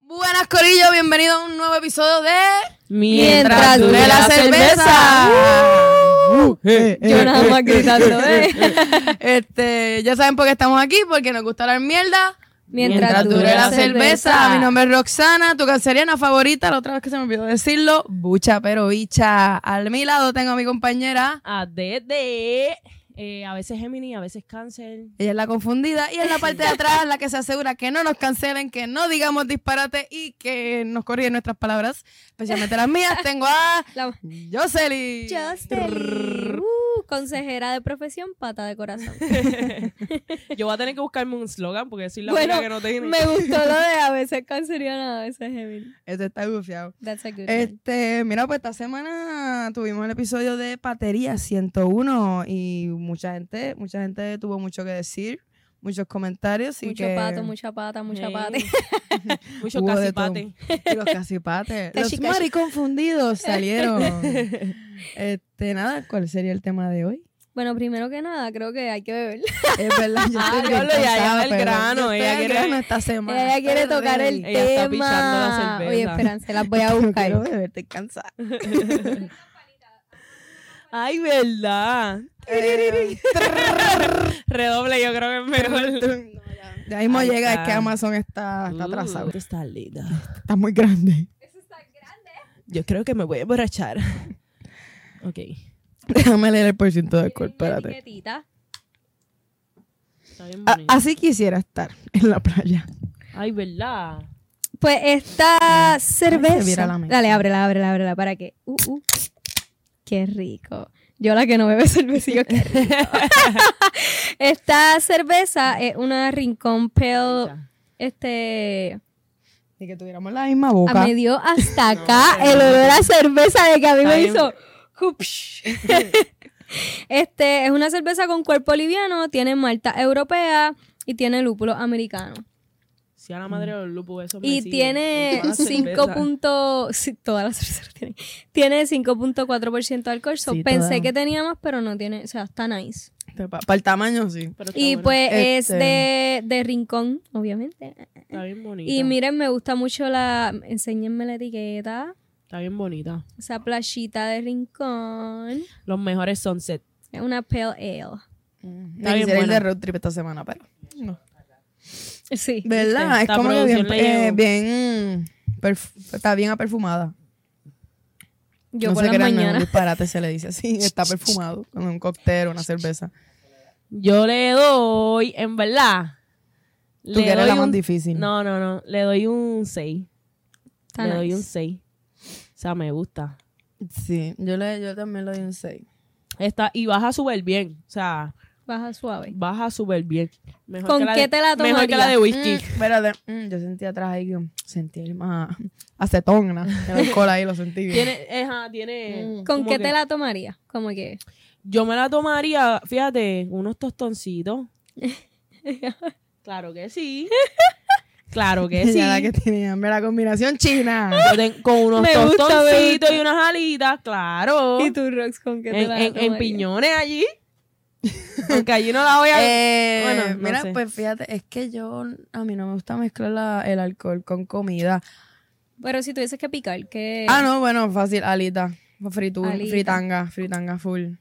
Buenas Corillo, bienvenido a un nuevo episodio de Mientras dure la cerveza. Uh, eh, eh, Yo nada más gritando, ¿eh? Este, ya saben por qué estamos aquí, porque nos gusta hablar mierda. Mientras Dure la cerveza. Mi nombre es Roxana, tu canceriana favorita, la otra vez que se me olvidó decirlo, bucha pero bicha. Al mi lado tengo a mi compañera, a DD. Ah, eh, a veces Gemini, a veces Cáncer. ella es la confundida, y en la parte de atrás la que se asegura que no nos cancelen, que no digamos disparate y que nos corrigen nuestras palabras, especialmente las mías, tengo a La- Jocely. Jocelyn, uh, consejera de profesión, pata de corazón. Yo voy a tener que buscarme un slogan porque soy la Bueno, única que no tiene. Me gustó lo de a veces canceriana, a veces Gemini. Ese está gufiado. That's a good one. Este, mira, pues esta semana tuvimos el episodio de Patería 101 y mucha gente, mucha gente tuvo mucho que decir, muchos comentarios y Mucho que pato, mucha pata, mucha Sí. pata. Mucho hubo de casipate. todo. Y los casipates, los Cachi, cachi. mariconfundidos salieron. este, nada, ¿cuál sería el tema de hoy? Bueno, primero que nada, creo que hay que beber. Es verdad, yo Ah, estoy bien diablo, ya, ya cansada, el pero grano, yo estoy ella al quiere- grano esta semana. Ella quiere estoy tocar el Ella está pichando la tema. cerveza. Oye, esperanza, las voy a Yo quiero buscar. beber, estoy cansada. Ay, ¿verdad? Eh, Redoble, yo creo que es mejor. No, ya. Ya mismo Ahí llega, es está. que Amazon está, está atrasado. Uh, está linda. Está muy grande. Yo creo que me voy a emborrachar. Ok. Déjame leer el porciento de alcohol, Una espérate. etiquetita. Está bien A- bonito. así quisiera estar en la playa. Ay, ¿verdad? Pues esta se viera cerveza. la mesa. Dale, ábrela, ábrela, ábrela para que. Uh, uh. Qué rico. Yo la que no bebe cervecillo. qué rico. esta cerveza es una Rincón Pale. Este. Y que tuviéramos la misma a- boca. Me dio hasta acá el olor a cerveza de que a mí Está me bien. hizo. Upsh. este es una cerveza con cuerpo liviano, tiene malta europea y tiene lúpulo americano. Si a la madre los lupus, eso me Y sigue. tiene Todas las 5 cervezas. punto- sí, todas las cervezas tienen. Tiene 5.4% de alcohol. so Sí, pensé todas. que tenía más, pero no tiene. O sea, está nice. Para el tamaño, sí. Pero está Y buena. pues Este- es de, de rincón, obviamente. Está bien bonita. pues, Y miren, me gusta mucho la. Enséñenme la etiqueta. Está bien bonita. Esa playita de rincón. Los mejores sunset. Es una pale ale. Me Está bien quisiera ir buena. de road trip esta semana, pero. no. Sí. ¿Verdad? Es Esta como que bien. producción la eh, llevo. bien perf- está bien aperfumada. Yo no por sé las qué era no, un mañanas. disparate se le dice así. Está perfumado. Con un cóctel, una cerveza. Yo le doy, en verdad. Tú le que eres doy la más un- difícil. No, no, no. Le doy un 6. Está Le doy un nice. 6. O sea, me gusta. Sí, yo, le, yo también le doy un 6. Esta, y baja súper bien. O sea, Baja suave. baja súper bien. Mejor ¿Con que la qué de- te la Mejor que la de whisky. Mm, espérate. Mm, yo sentí atrás ahí, que sentí el más acetón, ¿no? el alcohol ahí lo sentí bien. Tiene, ajá, tiene. Mm. ¿Con como qué que- te la tomaría? Como que. Yo me la tomaría, fíjate, unos tostoncitos. claro que sí. Claro que sí. Ella la que tenía hambre, la combinación china. Yo ten- con unos Me gusta, me tostoncitos gusta. y unas alitas, claro. ¿Y tú, Rox, con qué te en, la en- en tomarías? piñones allí. Aunque allí no la voy a. Eh, bueno, no mira, sé. pues fíjate, es que yo, a mí no me gusta mezclar la- el alcohol con comida. Pero si tuvieses que picar, Eh. ¿qué? Ah, no, bueno, fácil, alita, fritura, Alita. fritanga, fritanga full.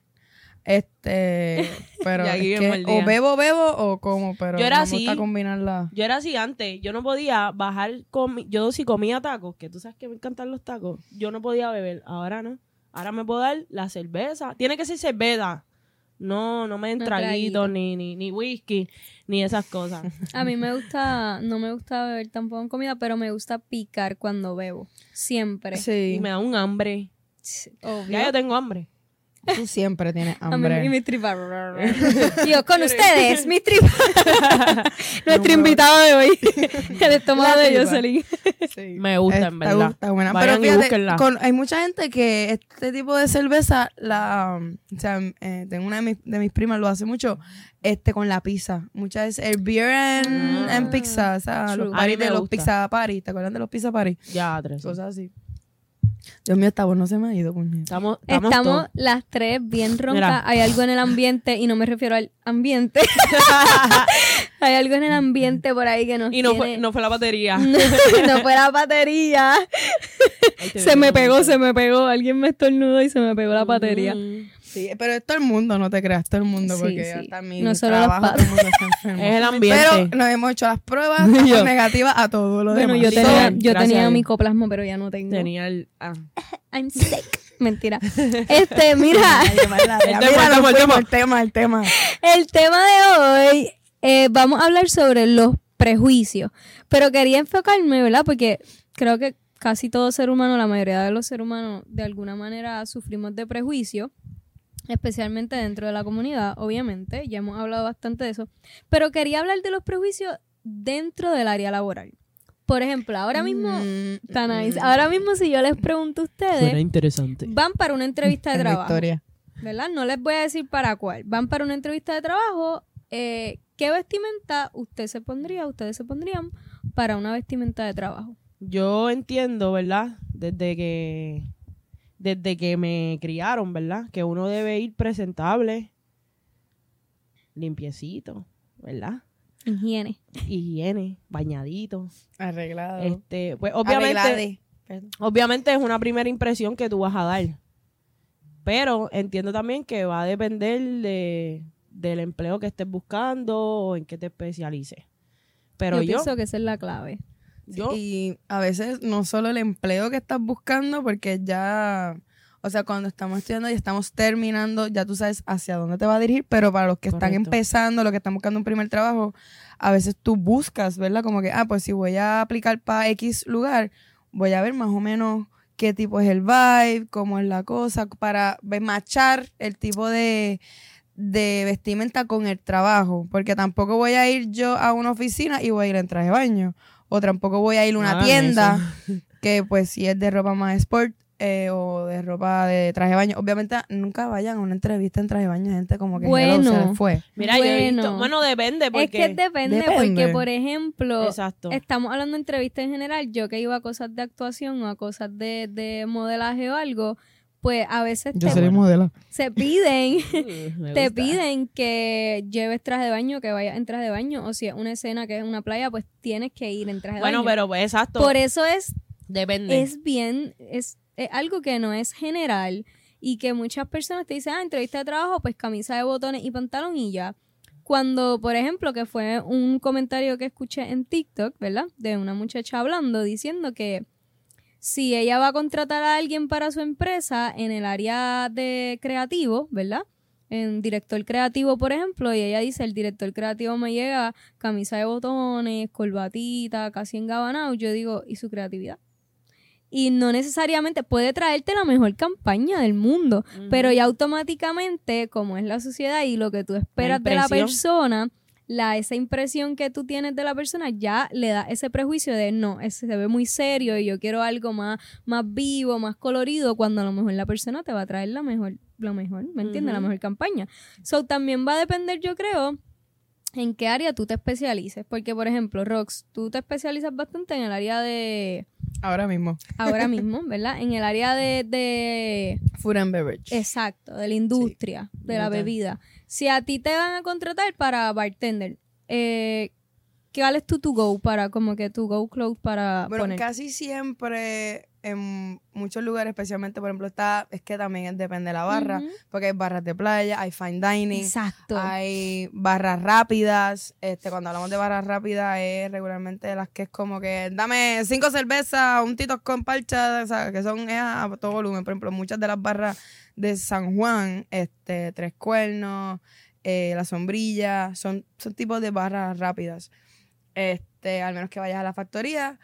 Este, pero Y aquí es vemos que el día. o bebo, bebo o como, pero Yo era no me gusta así. combinarla. Yo era así antes. Yo no podía bajar. comi- yo si comía tacos, que tú sabes que me encantan los tacos, yo no podía beber. Ahora no. Ahora me puedo dar la cerveza. Tiene que ser cerveza. No, no me den No traguito. traguitos, ni, ni, ni whisky, ni esas cosas. A mí me gusta, no me gusta beber tampoco en comida, pero me gusta picar cuando bebo. Siempre. y Sí, me da un hambre. Ch, Obvio. Ya yo tengo hambre. tú siempre tienes A mí- y hambre. mi tripa. Y yo, con ustedes, mi tripa. Nuestro invitado de hoy. El La estómago de tripa. Jocelyn. Sí. Me gusta, en Está, verdad. está buena. Vayan y pero fíjate, búsquenla. con- hay mucha gente que este tipo de cerveza, la, o sea, eh, tengo una de mis, de mis primas, lo hace mucho, este con la pizza. Muchas veces el beer and, Ah. and pizza, o sea, True. los A mí paris me de los gusta. pizza party, ¿te acuerdas de los pizza party? Ya, tres. Cosas así. Dios mío, esta voz no se me ha ido, puñeta. Estamos, estamos, Estamos, todos. las tres bien roncas. Mira. Hay algo en el ambiente, y no me refiero al ambiente. Hay algo en el ambiente por ahí que nos Y no tiene- fue, no fue la batería. no fue la batería. Ay, te Se vi, me pegó, mamita. se me pegó. Alguien me estornudó y se me pegó la batería. Mm. Sí, pero es todo el mundo, no te creas, todo el mundo, Sí, porque sí. hasta mi No solo los trabajo todo el mundo está enfermo. Es el ambiente. pero nos hemos hecho las pruebas Yo. todas negativas a todo lo Bueno, demás. yo Sí, tenía, son- yo gracias a tenía Dios. micoplasma, pero ya no tengo. Tenía el. Ah. I'm sick. Mentira. Este, mira, Ay, mala idea. El tema, Mira, el nos tema, el fuimos, el tema, el tema. el tema de hoy eh, vamos a hablar sobre los prejuicios. Pero quería enfocarme, ¿verdad? Porque creo que casi todo ser humano, la mayoría de los seres humanos, de alguna manera sufrimos de prejuicios. Especialmente dentro de la comunidad, obviamente. Ya hemos hablado bastante de eso. Pero quería hablar de los prejuicios dentro del área laboral. Por ejemplo, ahora mismo. Mm, Tan nice. mm, Ahora mismo, si yo les pregunto a ustedes, interesante. van para una entrevista de en la trabajo, historia. ¿verdad? No les voy a decir para cuál. Van para una entrevista de trabajo. eh, ¿Qué vestimenta usted se pondría, ustedes se pondrían para una vestimenta de trabajo? Yo entiendo, ¿verdad? Desde que. Desde que me criaron, ¿verdad? Que uno debe ir presentable, limpiecito, ¿verdad? Higiene. Higiene, bañadito. Arreglado. Este, pues obviamente. Arreglade. Perdón. obviamente es una primera impresión que tú vas a dar. Pero entiendo también que va a depender de, del empleo que estés buscando o en qué te especialices. Pero yo, yo, pienso que esa es la clave. yo, Y a veces no solo el empleo que estás buscando, porque ya, o sea, cuando estamos estudiando y estamos terminando, ya tú sabes hacia dónde te va a dirigir, pero para los que están Correcto. empezando, los que están buscando un primer trabajo, a veces tú buscas, ¿verdad? Como que, ah, pues si voy a aplicar para X lugar, voy a ver más o menos qué tipo es el vibe, cómo es la cosa, para ve- machar el tipo de, de vestimenta con el trabajo, porque tampoco voy a ir yo a una oficina y voy a ir en traje de baño, o tampoco voy a ir a una Hagan tienda que pues si es de ropa más sport eh, o de ropa de traje de baño, obviamente nunca vayan a una entrevista en traje de baño, gente como que hello, se Bueno. les fue. mira, yo he visto- Bueno. bueno, depende porque Es que depende, Depende. porque, por ejemplo, exacto. estamos hablando de entrevistas en general, yo que iba a cosas de actuación o a cosas de, de modelaje o algo, pues a veces te- seré modelo. se piden Mm, me te gusta. piden que lleves traje de baño, que vayas en traje de baño, o si es una escena que es una playa, pues tienes que ir en traje de Bueno, baño. pero pues, exacto. Por eso es, depende. es bien, es, es algo que no es general y que muchas personas te dicen, ah, entrevista de trabajo, pues camisa de botones y pantalón y ya. Cuando, por ejemplo, que fue un comentario que escuché en TikTok, ¿verdad? De una muchacha hablando, diciendo que si ella va a contratar a alguien para su empresa en el área de creativo, ¿verdad? En director creativo, por ejemplo, y ella dice, el director creativo me llega camisa de botones, corbatita, casi engabanado, yo digo, ¿y su creatividad? Y no necesariamente puede traerte la mejor campaña del mundo, Ujú. pero ya automáticamente, como es la sociedad y lo que tú esperas de la impresión. persona, la, esa impresión que tú tienes de la persona ya le da ese prejuicio de no, ese se ve muy serio y yo quiero algo más, más vivo, más colorido, cuando a lo mejor la persona te va a traer la mejor, lo mejor, ¿me entiendes? La Ujú. mejor campaña. So también va a depender, yo creo, en qué área tú te especialices. Porque, por ejemplo, Rox, tú te especializas bastante en el área de, Ahora mismo. ahora mismo, ¿verdad? En el área de- de Food and beverage. Exacto, de la industria, de la brutal. bebida. Si a ti te van a contratar para bartender, eh, ¿qué vale tu to go para, como que tu go clothes para Bueno, poner? casi siempre en muchos lugares, especialmente, por ejemplo, está, es que también depende de la barra, Ah, Ujú. porque hay barras de playa, hay fine dining, Exacto. hay barras rápidas. Este, cuando hablamos de barras rápidas es regularmente las que es como que dame cinco cervezas, un tito con parcha, o sea, que son eh, a todo volumen. Por ejemplo, muchas de las barras de San Juan, este, Tres Cuernos, eh, La Sombrilla, son, son tipos de barras rápidas. Este, al menos que vayas a la factoría,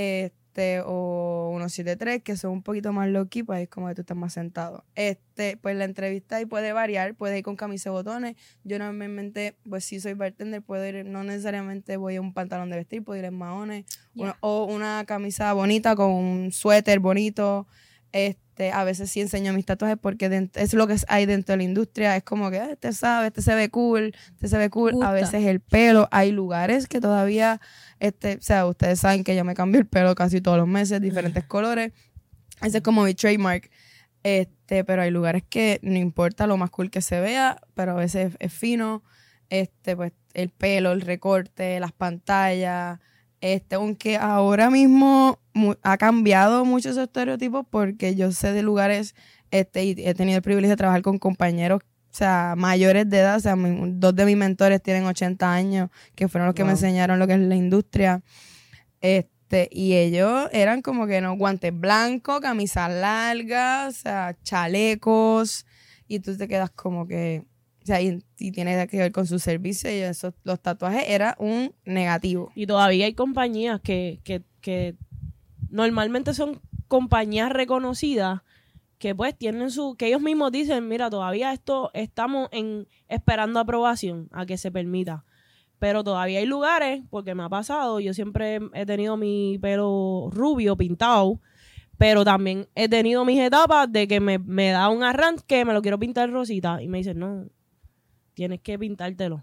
este, o 173, que son un poquito más low key, pues ahí es como que tú estás más sentado. Este, pues la entrevista ahí puede variar, puede ir con camisa de botones. Yo normalmente, pues si soy bartender, puedo ir, no necesariamente voy a un pantalón de vestir, puedo ir en maones, Ya. una- o una camisa bonita con un suéter bonito. Este, a veces sí enseño mis tatuajes porque dent- es lo que es- hay dentro de la industria. Es como que "Ah, este sabe, este se ve cool, este se ve cool. Gusta. A veces el pelo. Hay lugares que todavía, este, o sea, ustedes saben que yo me cambio el pelo casi todos los meses, diferentes colores. Ese es como mi trademark. Este, pero hay lugares que no importa lo más cool que se vea, pero a veces es, es fino. Este, pues, el pelo, el recorte, las pantallas. Este, aunque ahora mismo mu- ha cambiado mucho esos estereotipos porque yo sé de lugares, este, y he tenido el privilegio de trabajar con compañeros, o sea, mayores de edad, o sea, mi- dos de mis mentores tienen 80 años, que fueron los que me Wow. enseñaron lo que es la industria. Este, y ellos eran como que no, guantes blancos, camisas largas, o sea, chalecos, y tú te quedas como que, o sea, y, y tiene que ver con su servicio, y eso, los tatuajes era un negativo. Y todavía hay compañías que, que, que normalmente son compañías reconocidas que pues tienen su, que ellos mismos dicen, mira, todavía esto estamos en esperando aprobación a que se permita. Pero todavía hay lugares, porque me ha pasado, yo siempre he tenido mi pelo rubio, pintado, pero también he tenido mis etapas de que me, me da un arranque, me lo quiero pintar rosita, y me dicen, no, tienes que pintártelo.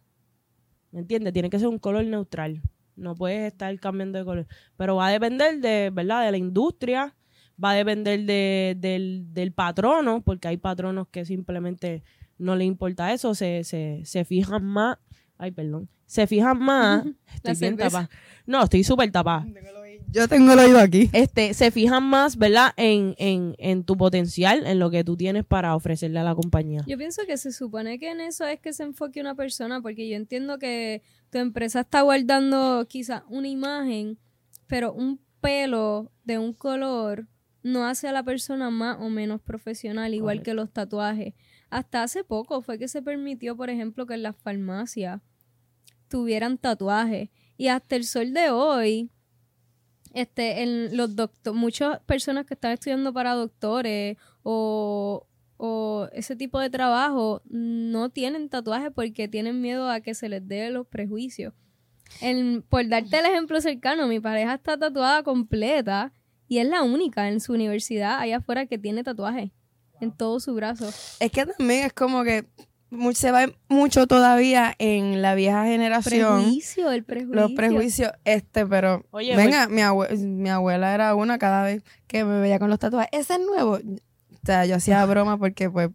¿Me entiendes? Tiene que ser un color neutral. No puedes estar cambiando de color. Pero va a depender de, ¿verdad? De la industria, va a depender de- del, del patrono, porque hay patronos que simplemente no le importa eso, se, se, se fijan más. Ay, perdón. Se fijan más. Estoy bien cerveza. tapada. No, estoy súper tapada Yo tengo el oído aquí. este, se fijan más, ¿verdad? En, en, en tu potencial, en lo que tú tienes para ofrecerle a la compañía. Yo pienso que se supone que en eso es que se enfoque una persona, porque yo entiendo que tu empresa está guardando quizá una imagen, pero un pelo de un color no hace a la persona más o menos profesional, igual Correcto. que los tatuajes. Hasta hace poco fue que se permitió, por ejemplo, que en las farmacias tuvieran tatuajes. Y hasta el sol de hoy, este, en los docto- muchas personas que están estudiando para doctores o, o ese tipo de trabajo no tienen tatuajes porque tienen miedo a que se les dé los prejuicios. En- por darte el ejemplo cercano, mi pareja está tatuada completa y es la única en su universidad allá afuera que tiene tatuajes en todo su brazo. Es que también es como que mu- se va mucho todavía en la vieja generación. Prejuicio, el prejuicio. Los prejuicios, este, pero. Oye, venga, mi, abue- mi abuela era una cada vez que me veía con los tatuajes. Ese es nuevo. O sea, yo hacía broma porque, pues,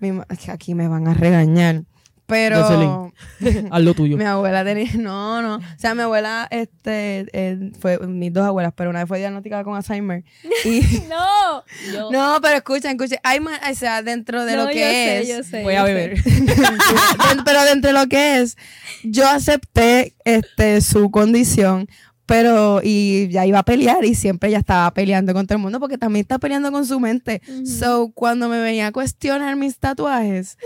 mi ma- es que aquí me van a regañar. Pero. Jocelyn. Haz lo tuyo. Mi abuela tenía, no, no. O sea, mi abuela, este, eh, fue, mis dos abuelas, pero una vez fue diagnosticada con Alzheimer. Y, No, no, pero escuchen, escuchen. Hay más, o sea, dentro de No, lo que yo sé, es. yo sé, voy yo a sé. beber. Den- pero dentro de lo que es, yo acepté este su condición, pero y ya iba a pelear y siempre ya estaba peleando con todo el mundo porque también está peleando con su mente. Ujú. So, cuando me venía a cuestionar mis tatuajes,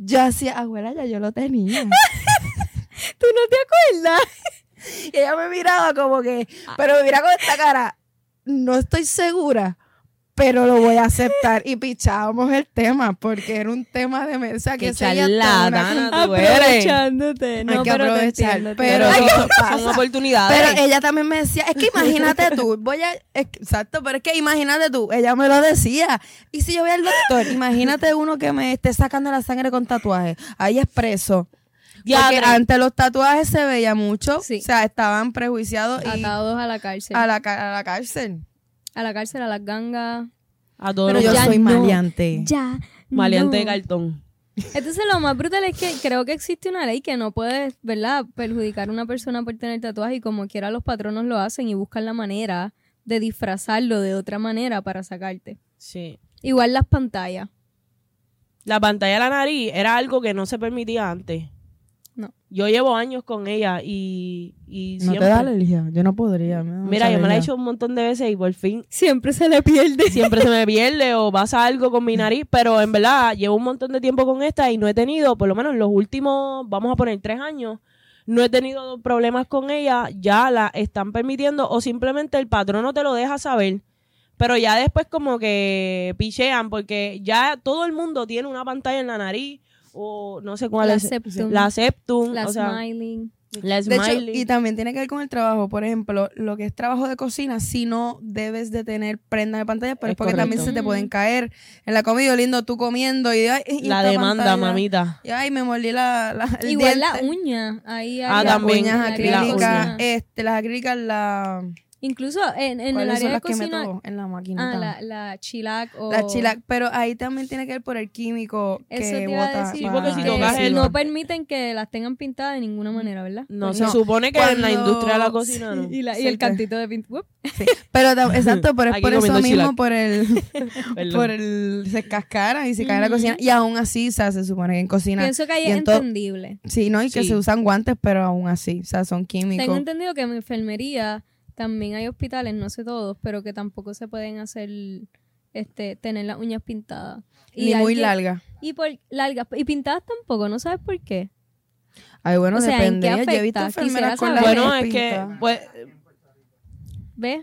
yo hacía, abuela, ya yo lo tenía. Tú no te acuerdas. Y ella me miraba como que, pero me miraba con esta cara, no estoy segura, pero lo voy a aceptar. Y pichábamos el tema, porque era un tema de mesa que Qué se una charlatana. Tú eres. Aprovechándote. No, Hay que pero te aprovechar, entiendo, te pero- entiendo. ¿qué son, pasa? son oportunidades. Pero eh, ella también me decía, es que imagínate tú, voy a, es que- exacto, pero es que imagínate tú, ella me lo decía. Y si yo voy al doctor, imagínate uno que me esté sacando la sangre con tatuajes, ahí es preso. Porque Diatre. antes los tatuajes se veía mucho, Sí. o sea, estaban prejuiciados y Atados a la cárcel. a la, ca- a la cárcel. a la cárcel, a las gangas. a todos Pero los yo ya soy no. maleante. Ya. maleantes de no. cartón. Entonces lo más brutal es que creo que existe una ley que no puedes, ¿verdad?, perjudicar a una persona por tener tatuaje y como quiera los patronos lo hacen y buscan la manera de disfrazarlo de otra manera para sacarte. Sí. Igual las pantallas. La pantalla de la nariz era algo que no se permitía antes. No. Yo llevo años con ella y, y No te siempre. da alergia, yo no podría. Mira, yo me la he he hecho un montón de veces y por fin Siempre se le pierde. siempre se me pierde o pasa algo con mi nariz, pero en verdad llevo un montón de tiempo con esta y no he tenido, por lo menos en los últimos, vamos a poner tres años, no he tenido problemas con ella, ya la están permitiendo o simplemente el patrón no te lo deja saber, pero ya después como que pichean porque ya todo el mundo tiene una pantalla en la nariz o no sé cuál La es. septum. La septum, La o sea, smiling. la De hecho, smiley. y también tiene que ver con el trabajo. Por ejemplo, lo que es trabajo de cocina, si no debes de tener prenda de pantalla, pero Es es porque también correcto. se te pueden caer en la comida, lindo, tú comiendo y, ay, y la esta demanda, pantalla. mamita. Y, ay, me mordí la, la el Igual diente. la uña. Ahí Ah, hay Las también, uñas la acrílicas, uña. este, las acrílicas, la Incluso en, en el ¿Cuáles área son de las que cocina. meto en la maquinita? Ah, la, la chilac o... La chilac, pero ahí también tiene que ver por el químico Eso que te iba bota. a decir. Sí, porque si que tocas el- no permiten que las tengan pintadas de ninguna manera, ¿verdad? No, Pues se no. supone que en la Cuando- industria de la cocina no. Y, la- y el Sí, cantito de pintura. Pero tam- exacto, pero es Aquí por eso comiendo mismo, chilac. por el, Perdón. por el se cascaran y se cae en la Ujú. cocina. Y aún así, o sea, se supone que en cocina. Pienso que ahí Y es en to- entendible. Sí, no, y que Sí. se usan guantes, pero aún así, o sea, son Tengo químicos. entendido que en enfermería también hay hospitales, no sé todos, pero que tampoco se pueden hacer, este, tener las uñas pintadas. Ni muy alguien- largas. Y por largas. Y pintadas tampoco, no sabes por qué. Ay, bueno, O sea, ¿en depende. ¿eh? qué Yo he visto afecta? Quisiera enfermeras con las saber. Bueno, es que pintadas. pues, ¿Ves?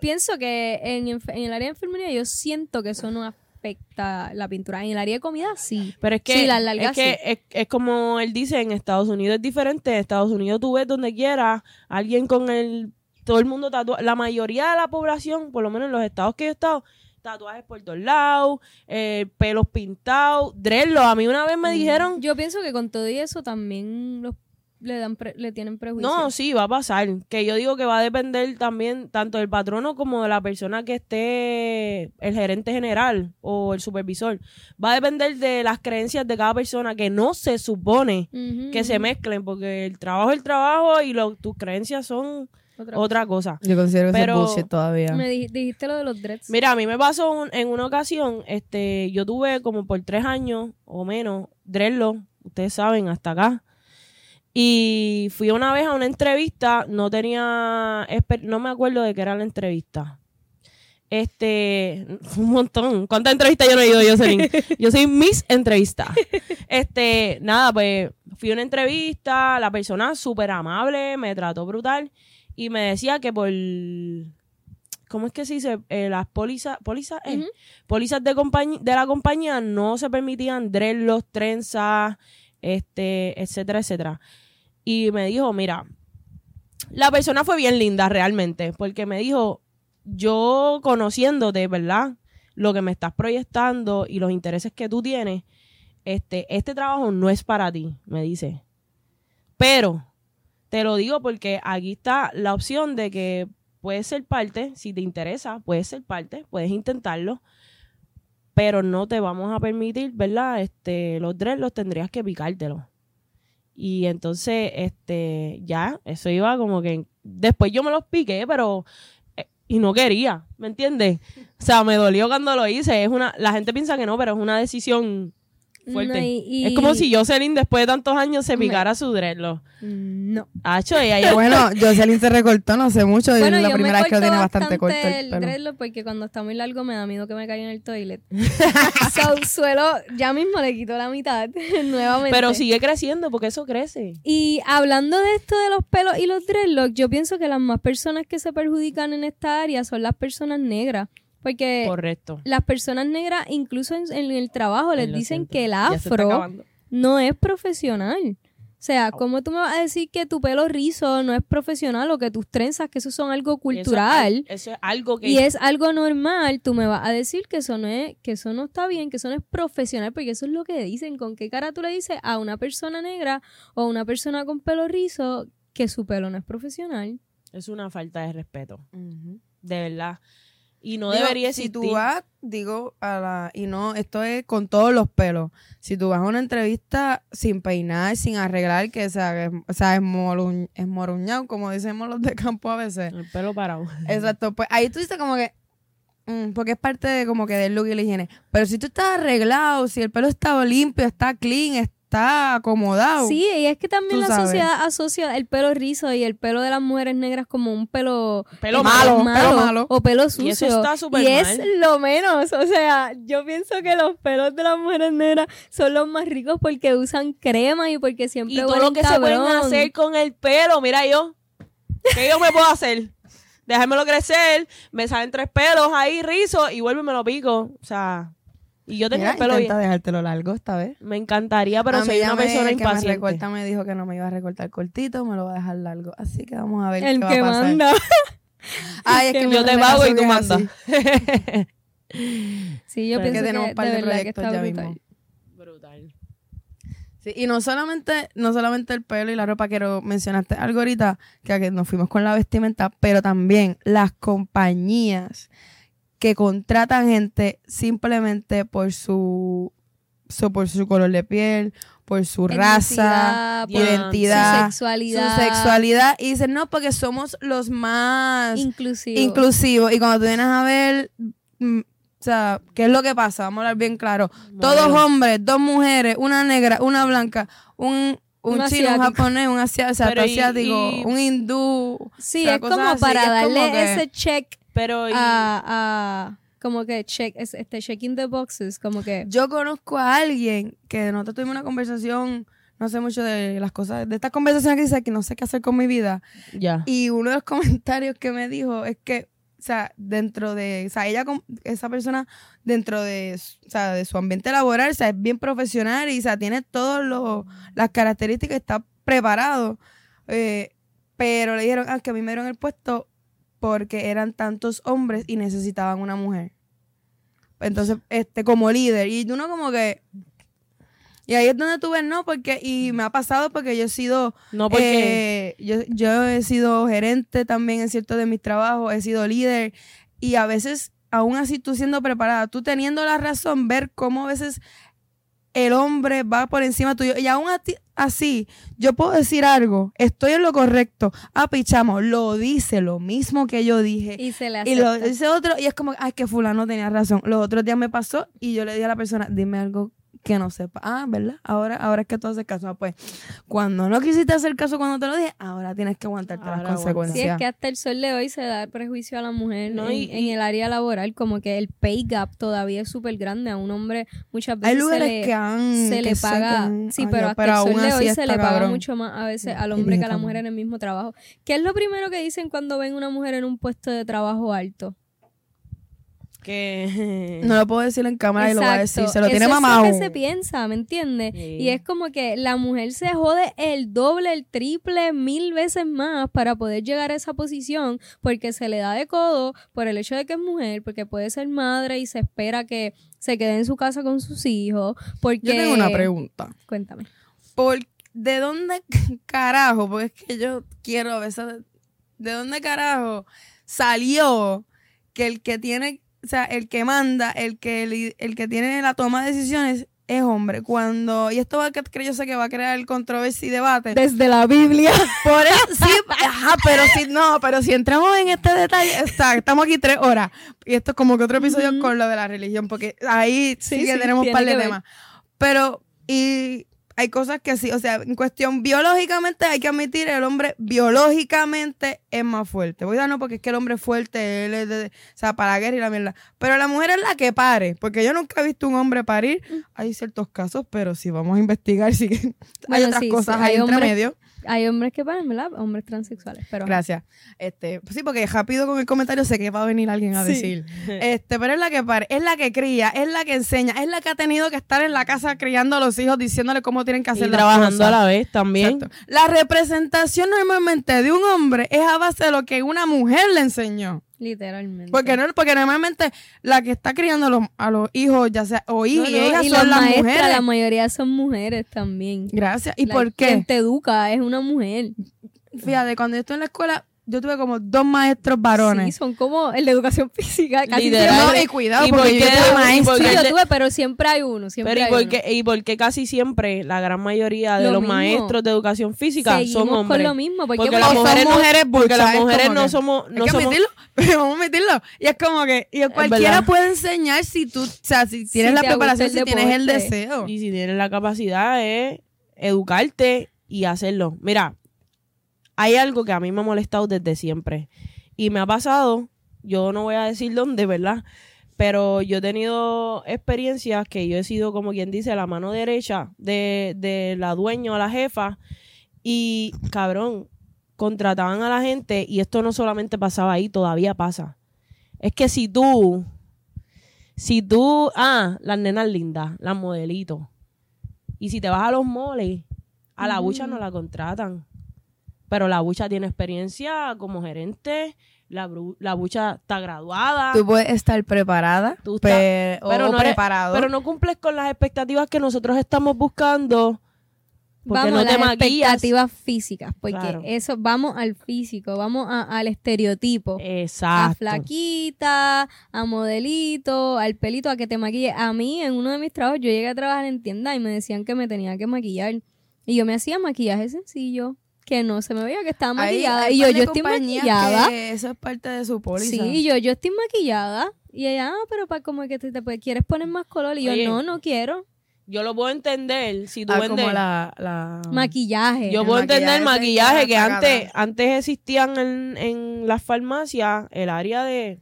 Pienso que en, enf- en el área de enfermería yo siento que eso no afecta la pintura. En el área de comida sí. Pero es que, Sí, las largas es, que es, es como él dice, en Estados Unidos es diferente. En Estados Unidos tú ves donde quiera, alguien con el... Todo el mundo tatúa. La mayoría de la población, por lo menos en los estados que yo he estado, tatuajes por todos lados, eh, pelos pintados, dreadlocks. A mí una vez Mm. me dijeron... Yo pienso que con todo y eso también los, le, dan pre- le tienen prejuicio. No, sí, va a pasar. Que yo digo que va a depender también tanto del patrono como de la persona que esté el gerente general o el supervisor. Va a depender de las creencias de cada persona que no se supone Ujú, que se ujú. mezclen, porque el trabajo es el trabajo y lo- tus creencias son Otra otra cosa. Yo considero que eso es Pero- bullshit todavía. Me dij- dijiste lo de los dreads. Mira, a mí me pasó un- en una ocasión, este, yo tuve como por tres años o menos dreadlock, ustedes saben, hasta acá. Y fui una vez a una entrevista, no tenía, esper- no me acuerdo de qué era la entrevista. Este, fue un montón. ¿Cuántas entrevistas yo no he ido, Jocelyn? Yo soy mis entrevistas. Este, nada, pues fui a una entrevista, la persona súper amable, me trató brutal y me decía que por, ¿cómo es que se dice? Eh, las pólizas, pólizas, eh, Ujú. pólizas de, compañ- de la compañía no se permitían dreadlocks, trenzas, este, etcétera, etcétera. Y me dijo, mira, la persona fue bien linda realmente, porque me dijo, yo conociéndote, ¿verdad? Lo que me estás proyectando y los intereses que tú tienes, este, este trabajo no es para ti, me dice. Pero, te lo digo porque aquí está la opción de que puedes ser parte, si te interesa, puedes ser parte, puedes intentarlo, pero no te vamos a permitir, ¿verdad? Este, los tres los tendrías que picártelos. Y entonces, este, ya, eso iba como que después yo me los piqué, pero eh, y no quería, ¿me entiendes? O sea, me dolió cuando lo hice. Es una, la gente piensa que no, pero es una decisión fuerte. No, y- y- Es como si Jocelyn después de tantos años se Me- picara su dreadlock. No. Hacho, ella ya- Bueno, Jocelyn se recortó, no sé mucho. y Bueno, es la yo primera me vez que lo corto tiene bastante corto el el pelo. dreadlock porque cuando está muy largo me da miedo que me caiga en el toilet. so, suelo, ya mismo le quito la mitad nuevamente. pero sigue creciendo porque eso crece. Y hablando de esto de los pelos y los dreadlocks, yo pienso que las más personas que se perjudican en esta área son las personas negras. Porque Correcto. las personas negras, incluso en, en el trabajo, les dicen que el Ya se está afro acabando. no es profesional. O sea, ¿cómo tú me vas a decir que tu pelo rizo no es profesional o que tus trenzas, que eso son algo Y eso es cultural? al- Eso es, algo que y es algo normal, tú me vas a decir que eso no es, que eso no está bien, que eso no es profesional, porque eso es lo que dicen. ¿Con qué cara tú le dices a una persona negra o a una persona con pelo rizo que su pelo no es profesional? es una falta de respeto, Ujú. de verdad. Y no Digo, debería si existir. tú vas, digo, a la, y no, esto es con todos los pelos. Si tú vas a una entrevista sin peinar, sin arreglar, que o sea, que es- o sea, es, moruñ- es moruñado, como decimos los de campo a veces. El pelo parado. Exacto, pues ahí tú dices como que, mm, porque es parte de como que del look y la higiene. Pero si tú estás arreglado, si el pelo está limpio, está clean, está acomodado. Sí, y es que también Tú la sabes. sociedad asocia el pelo rizo y el pelo de las mujeres negras como un pelo Pelo malo, malo. pelo malo. o pelo sucio. Y eso está súper Y es mal. lo menos, o sea, yo pienso que los pelos de las mujeres negras son los más ricos porque usan crema y porque siempre Y todo huelen lo que se pueden cabrón. hacer con el pelo, mira yo. ¿Qué yo me puedo hacer? Dejármelo crecer, me salen tres pelos ahí, rizo, y vuelvo y me lo pico. O sea, y yo tengo Mira, el pelo bien. intenta dejártelo largo esta vez. Me encantaría, pero A mí soy ya una me- persona el que me impaciente. recorta me dijo que no me iba a recortar cortito, me lo va a dejar largo. Así que vamos a ver El qué que va a pasar. manda. Ay, es que Yo mientras te me pago y resuelven tú así. mandas. Sí, yo Pero pienso que que, tenemos un par de de verdad que proyectos está ya brutal. mismo. Brutal. Sí, y no solamente, no solamente el pelo y la ropa, pero mencionaste algo ahorita, que, a que nos fuimos con la vestimenta, pero también las compañías que contratan gente simplemente por su, so- por su color de piel, por su raza, Etnicidad, por identidad, su su sexualidad, sexualidad. Y dicen, no, porque somos los más inclusivo. inclusivos. Y cuando tú vienes a ver, mm, o sea, ¿qué es lo que pasa? Vamos a hablar bien claro. Todos Modelo. hombres, dos mujeres, una negra, una blanca, un, un, Un chino, un asiático. japonés, un asiático, o sea, Pero y- asiático, y- un hindú. sí, o sea, es cosas como así, para es como darle que- ese check Pero y- Ah, a, a como que check es- este checking the boxes, como que Yo conozco a alguien que nosotros tuvimos una conversación, no sé mucho de las cosas, de estas conversaciones que dice que no sé qué hacer con mi vida. ya. Y uno de los comentarios que me dijo es que, o sea, dentro de, o sea, ella, com- esa persona, dentro de, s- o sea, de su ambiente laboral, o sea, es bien profesional y, o sea, tiene todas las características, está preparado. Eh, pero le dijeron, ah, que a mí me dieron el puesto porque eran tantos hombres y necesitaban una mujer. Entonces, este, como líder. Y uno como que... Y ahí es donde tú ves, no, porque... Y me ha pasado porque yo he sido... no porque Eh, yo, yo he sido gerente también en cierto de mis trabajos, he sido líder y a veces, aún así tú siendo preparada, tú teniendo la razón, ver cómo a veces el hombre va por encima tuyo y aún a ti- así, yo puedo decir algo, estoy en lo correcto, ah, pichamo, lo dice lo mismo que yo dije. y se le Y lo acepta. dice otro, y es como, ay, que fulano tenía razón. Los otros días me pasó y yo le dije a la persona, dime algo que no sepa. Ah, ¿verdad? Ahora, ahora es que tú haces caso. Ah, pues, cuando no quisiste hacer caso cuando te lo dije, ahora tienes que aguantarte Ahora las aguanta. consecuencias. Sí, es que hasta el sol de hoy se da prejuicio a la mujer No, en, y- en el área laboral, como que el pay gap todavía es súper grande. A un hombre muchas veces Hay se lugares le- que han... se le que sé paga, que han- sí, ay, pero no, hasta el aún sol de así hoy está se le paga cabrón. mucho más a veces al Y hombre que a la cabrón. mujer en el mismo trabajo. ¿Qué es lo primero que dicen cuando ven una mujer en un puesto de trabajo alto? que No lo puedo decir en cámara y lo voy a decir, se lo tiene Eso mamado. Es lo que se piensa, ¿me entiendes? Sí. Y es como que la mujer se jode el doble, el triple, mil veces más para poder llegar a esa posición porque se le da de codo por el hecho de que es mujer, porque puede ser madre y se espera que se quede en su casa con sus hijos. Porque... Yo tengo una pregunta. Cuéntame. ¿Por, ¿De dónde carajo? Porque es que yo quiero a veces. ¿De dónde carajo salió que el que tiene, o sea, el que manda, el que, li- el que tiene la toma de decisiones es hombre? Cuando. Y esto va a cre- yo sé que va a crear controversia y debate. Desde la Biblia. Por eso, sí, ajá, pero si no, pero si entramos en este detalle, está, estamos aquí tres horas. Y esto es como que otro episodio Ujú. con lo de la religión, porque ahí sí, Sí, que sí, tenemos un tiene par de que ver. temas. Pero, y hay cosas que sí, o sea, en cuestión biológicamente hay que admitir, el hombre biológicamente es más fuerte. Voy a dar no, porque es que el hombre es fuerte, él es de- o sea, para la guerra y la mierda. Pero la mujer es la que pare, porque yo nunca he visto un hombre parir. Mm. Hay ciertos casos, pero si vamos a investigar, sí que hay Bueno, otras sí, sí, cosas hay ahí entre hombres- medio. Hay hombres que paran, ¿verdad? Hombres transexuales, pero... Gracias. Este, pues sí, porque rápido con el comentario sé que va a venir alguien a Sí. decir. Este, pero es la que pare, es la que cría, es la que enseña, es la que ha tenido que estar en la casa criando a los hijos, diciéndole cómo tienen que hacer y las trabajando cosas. a la vez también. Exacto. La representación normalmente de un hombre es a base de lo que una mujer le enseñó. Literalmente. Porque no, porque normalmente la que está criando a los, a los hijos, ya sea, o No, hijas, no, ellas y son las maestras, mujeres. La mayoría son mujeres también. Gracias. ¿Y La- por qué? Quien te educa es una mujer. Fíjate, cuando yo estuve en la escuela, yo tuve como dos maestros varones. Sí, son como el de educación física. Casi Literal. siempre- No, y cuidado, ¿Y por porque yo qué? tuve ¿Y maestros. por Sí, qué? yo tuve, pero siempre hay uno. Siempre Pero y hay porque, y porque casi siempre la gran mayoría de Lo los mismo. maestros de educación uno. física Seguimos son hombres. con lo mismo. Porque, Porque porque las O son mujeres no- mujeres porque bulsas, las es mujeres como no que- somos, Hay no que somos admitirlo, pero vamos a admitirlo. Y es como que y cualquiera verdad. puede enseñar si tú, o sea, si tienes Si la te gusta preparación, el si tienes el deporte. deseo. Y si tienes la capacidad es educarte y hacerlo. Mira, hay algo que a mí me ha molestado desde siempre. Y me ha pasado, yo no voy a decir dónde, ¿verdad? Pero yo he tenido experiencias que yo he sido, como quien dice, la mano derecha de, de la dueña o la jefa. Y, cabrón, contrataban a la gente y esto no solamente pasaba ahí, todavía pasa. Es que si tú, si tú, ah, las nenas lindas, las modelitos, y si te vas a los moles, a la bucha Mm. no la contratan. Pero la bucha tiene experiencia como gerente, la, bru- la bucha está graduada, Tú puedes estar preparada, Tú pe- o pero no eres- preparado. pero no cumples con las expectativas que nosotros estamos buscando. Porque vamos no te a las maquillas. expectativas físicas, porque Claro. eso, vamos al físico, vamos a- al estereotipo. A Exacto. flaquita, a modelito, al pelito, a que te maquille. A mí, en uno de mis trabajos, yo llegué a trabajar en tienda y me decían que me tenía que maquillar. Y yo me hacía maquillaje sencillo, que no se me veía que estaba Hay- maquillada. hay y yo, par de yo estoy compañías maquillada. que Eso es parte de su póliza. Sí, yo, yo estoy maquillada. Y ella, ah, pero para como que te, te puedes- quieres poner más color. Y yo, Oye. no, no quiero. Yo lo puedo entender si tú Ah, vendes. como la, la... Maquillaje. Ah. Yo El puedo entender el maquillaje maquillaje se que encarga de antes, antes existían en, en las farmacias el área de,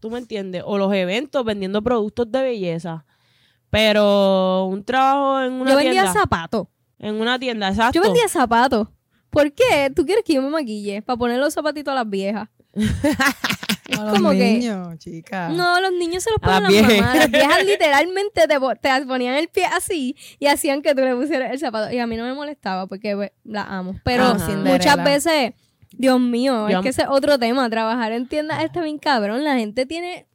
tú me entiendes, o los eventos vendiendo productos de belleza. Pero un trabajo en una yo vendía tienda. zapatos. En una tienda, exacto. Yo vendía zapatos. ¿Por qué tú quieres que yo me maquille? Para poner los zapatitos a las viejas. Es como que- niños, chica. No, los niños se los A ponen las las viejas. mamás. Las viejas literalmente te, po- te ponían el pie así y hacían que tú le pusieras el zapato. Y a mí no me molestaba porque pues, la amo. Pero Ajá. muchas Cinderella. veces, Dios mío, Yo es am- que ese es otro tema. Trabajar en tiendas está bien cabrón. La gente tiene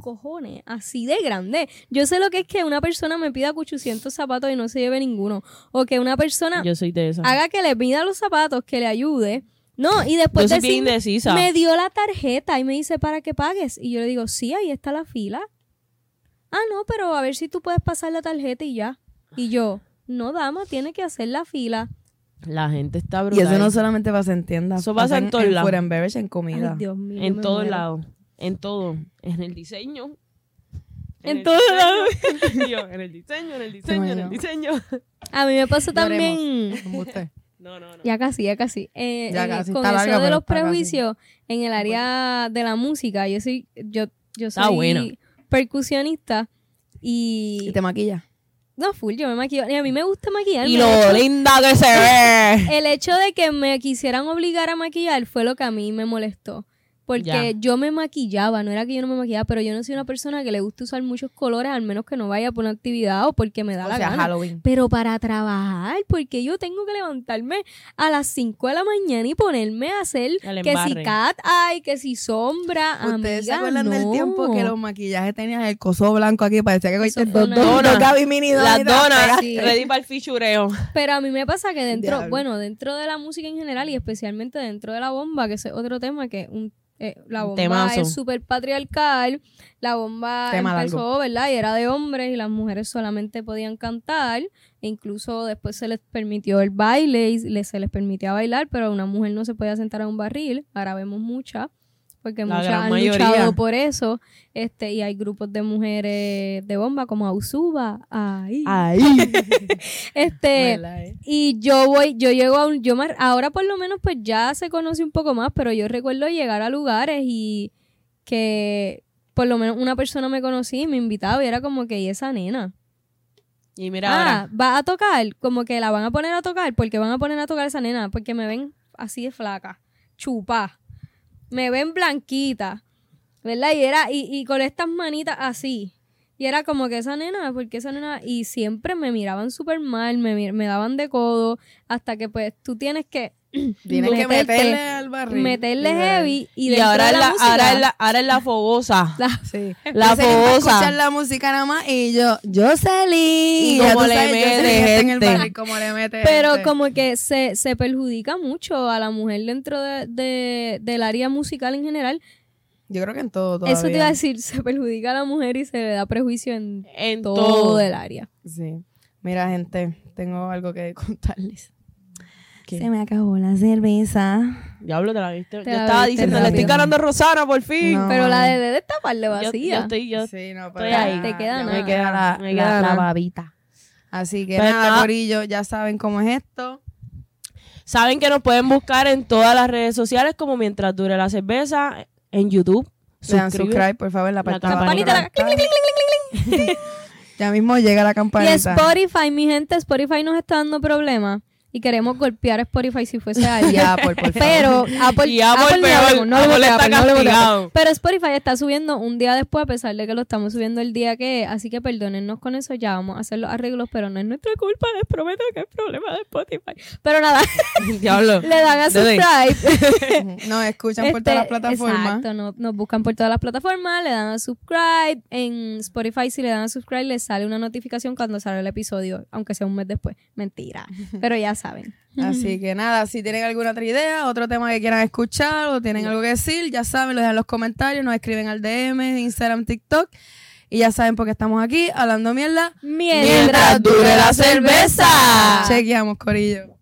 cojones así de grande. Yo sé lo que es que una persona me pida 800 zapatos y no se lleve ninguno. O que una persona Yo soy de esa. haga que le pida los zapatos, que le ayude. No, y después Yo soy bien decir, indecisa. pues, me dio la tarjeta y me dice para que pagues. Y yo le digo, sí, ahí está la fila. Ah, no, pero a ver si tú puedes pasar la tarjeta y ya. Y yo, no, dama, tiene que hacer la fila. La gente está Y brutal. eso no solamente pasa en tiendas. Eso pasa en todos en lados. food and beverage, en comida. Ay, Dios mío. yo En me todos muero. lados. En todo. En el diseño. En el todos diseño. lados. Y yo, En el diseño, en el diseño, en el imaginas? diseño. A mí me pasó también. Embuste. No, no, no. Ya casi, ya casi. Eh, Ya en- casi, Con está eso larga, de pero los está casi. prejuicios, en el área de la música, yo soy, yo, yo Está soy buena. percusionista y, Y te maquilla. no full, yo me maquillo. Y a mí me gusta maquillarme. Y de hecho, lo linda que se ve. el hecho de que me quisieran obligar a maquillar fue lo que a mí me molestó. Porque Ya. yo me maquillaba, no era que yo no me maquillaba, pero yo no soy una persona que le gusta usar muchos colores, al menos que no vaya por una actividad o porque me da O la sea, gana. Halloween. Pero para trabajar, porque yo tengo que levantarme a las 5 de la mañana y ponerme a hacer El que si embarre. cat eye, que si sombra, ¿Ustedes se amiga, acuerdan del no. tiempo que los maquillajes tenían el coso blanco aquí? Parecía que cogiste Eso fue dos, una- dos, dos, Donas. Gaby Mini Las y te donas, pegaste. Sí. ready para el fichureo. Pero a mí me pasa que dentro, Diablo. bueno, dentro de la música en general y especialmente dentro de la bomba, que ese es otro tema que un- eh, la Un bomba temazo. es súper patriarcal, la bomba Tema empezó, ¿verdad? Y era de hombres y las mujeres solamente podían cantar, e incluso después se les permitió el baile y les, se les permitía bailar, pero una mujer no se podía sentar a un barril, ahora vemos muchas, porque La muchas gran han mayoría. luchado por eso, este, y hay grupos de mujeres de bomba como Ausuba, ahí, este... ¿Verdad, eh? Y yo voy, yo llego a un, yo mar- ahora por lo menos pues ya se conoce un poco más, pero yo recuerdo llegar a lugares y que por lo menos una persona me conocía y me invitaba y era como que, ¿y esa nena? Y ah, mira va a tocar, como que la van a poner a tocar, porque van a poner a tocar a esa nena, porque me ven así de flaca, chupa, me ven blanquita, ¿verdad? Y era, y, y con estas manitas así. Y era como que esa nena, porque esa nena, y siempre me miraban súper mal, me, mi- me daban de codo, hasta que pues tú tienes que Tienes que meterte- meterle al barril. meterle Sí, heavy y, y dentro ahora de es la, la, música, ahora es la, ahora es la fogosa. la- Sí. Pues La Yo sé que iba a fogosa. escuchar la música nada más y yo, yo salí. Y Ya como tú le sabes, yo mete, salí, está en el gente. barril, como le mete. Pero gente. como que se, se perjudica mucho a la mujer dentro de, de- del área musical en general. Yo creo que en todo Eso te iba todavía. a decir, se perjudica a la mujer y se le da prejuicio en En todo, todo. el área. Sí. Mira, gente, tengo algo que contarles. ¿Qué? Se me acabó la cerveza. Diablo, te la viste. Te yo la estaba viste diciendo, le estoy rápido. ganando a Rosana por fin. No. Pero la de Dede está par de Yo, vacía. yo estoy, yo sí, no, estoy ahí. Te queda ya nada. Me queda la, Me queda la- la nada. babita. Así que Pero nada, nada. Corillo, ya saben cómo es esto. Saben que nos pueden buscar en todas las redes sociales como Mientras Dure la Cerveza, en YouTube. Le dan Suscribe. subscribe, por favor, la La parte de abajo. campanita, la- Está. Ya mismo llega la y campanita. Spotify, mi gente, Spotify nos está dando problemas. y queremos golpear a Spotify si fuese alguien. Ya, por, por favor. Pero Apple, Y Apple Apple peor, hablemos, no hablemos Apple de está Apple, no hablemos de Apple. castigado. Pero Spotify está subiendo un día después, a pesar de que lo estamos subiendo el día que es. Así que perdónennos con eso, ya vamos a hacer los arreglos, pero no es nuestra culpa, les prometo que es problema de Spotify. Pero nada, Diablo. le dan a Dele. subscribe. No, escuchan por Este, todas las plataformas. Exacto, no- nos buscan por todas las plataformas, le dan a subscribe. En Spotify, si le dan a subscribe, les sale una notificación cuando sale el episodio, aunque sea un mes después. Mentira. Pero ya saben. Así que nada, si tienen alguna otra idea, otro tema que quieran escuchar o tienen algo que decir, ya saben, lo dejan en los comentarios, nos escriben al DM, Instagram, TikTok. Y ya saben por qué estamos aquí, hablando mierda. Mientras dure la cerveza. Chequeamos, Corillo.